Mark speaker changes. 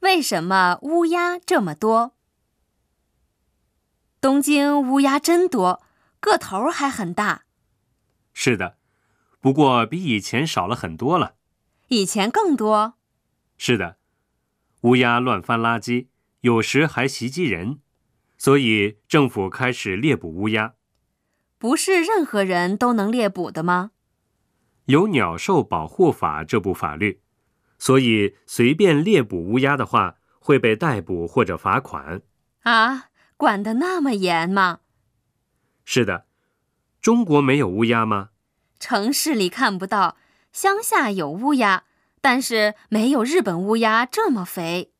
Speaker 1: 为什么乌鸦这么多？东京乌鸦真多，个头儿还很大，
Speaker 2: 是的，不过比以前少了很多了。
Speaker 1: 以前更多。
Speaker 2: 是的，乌鸦乱翻垃圾，有时还袭击人，所以政府开始猎捕乌鸦。
Speaker 1: 不是任何人都能猎捕的吗？
Speaker 2: 有《鸟兽保护法》这部法律，所以随便猎捕乌鸦的话会被逮捕或者罚款。
Speaker 1: 啊，管得那么严吗？
Speaker 2: 是的，中国没有乌鸦吗？
Speaker 1: 城市里看不到，乡下有乌鸦，但是没有日本乌鸦这么肥。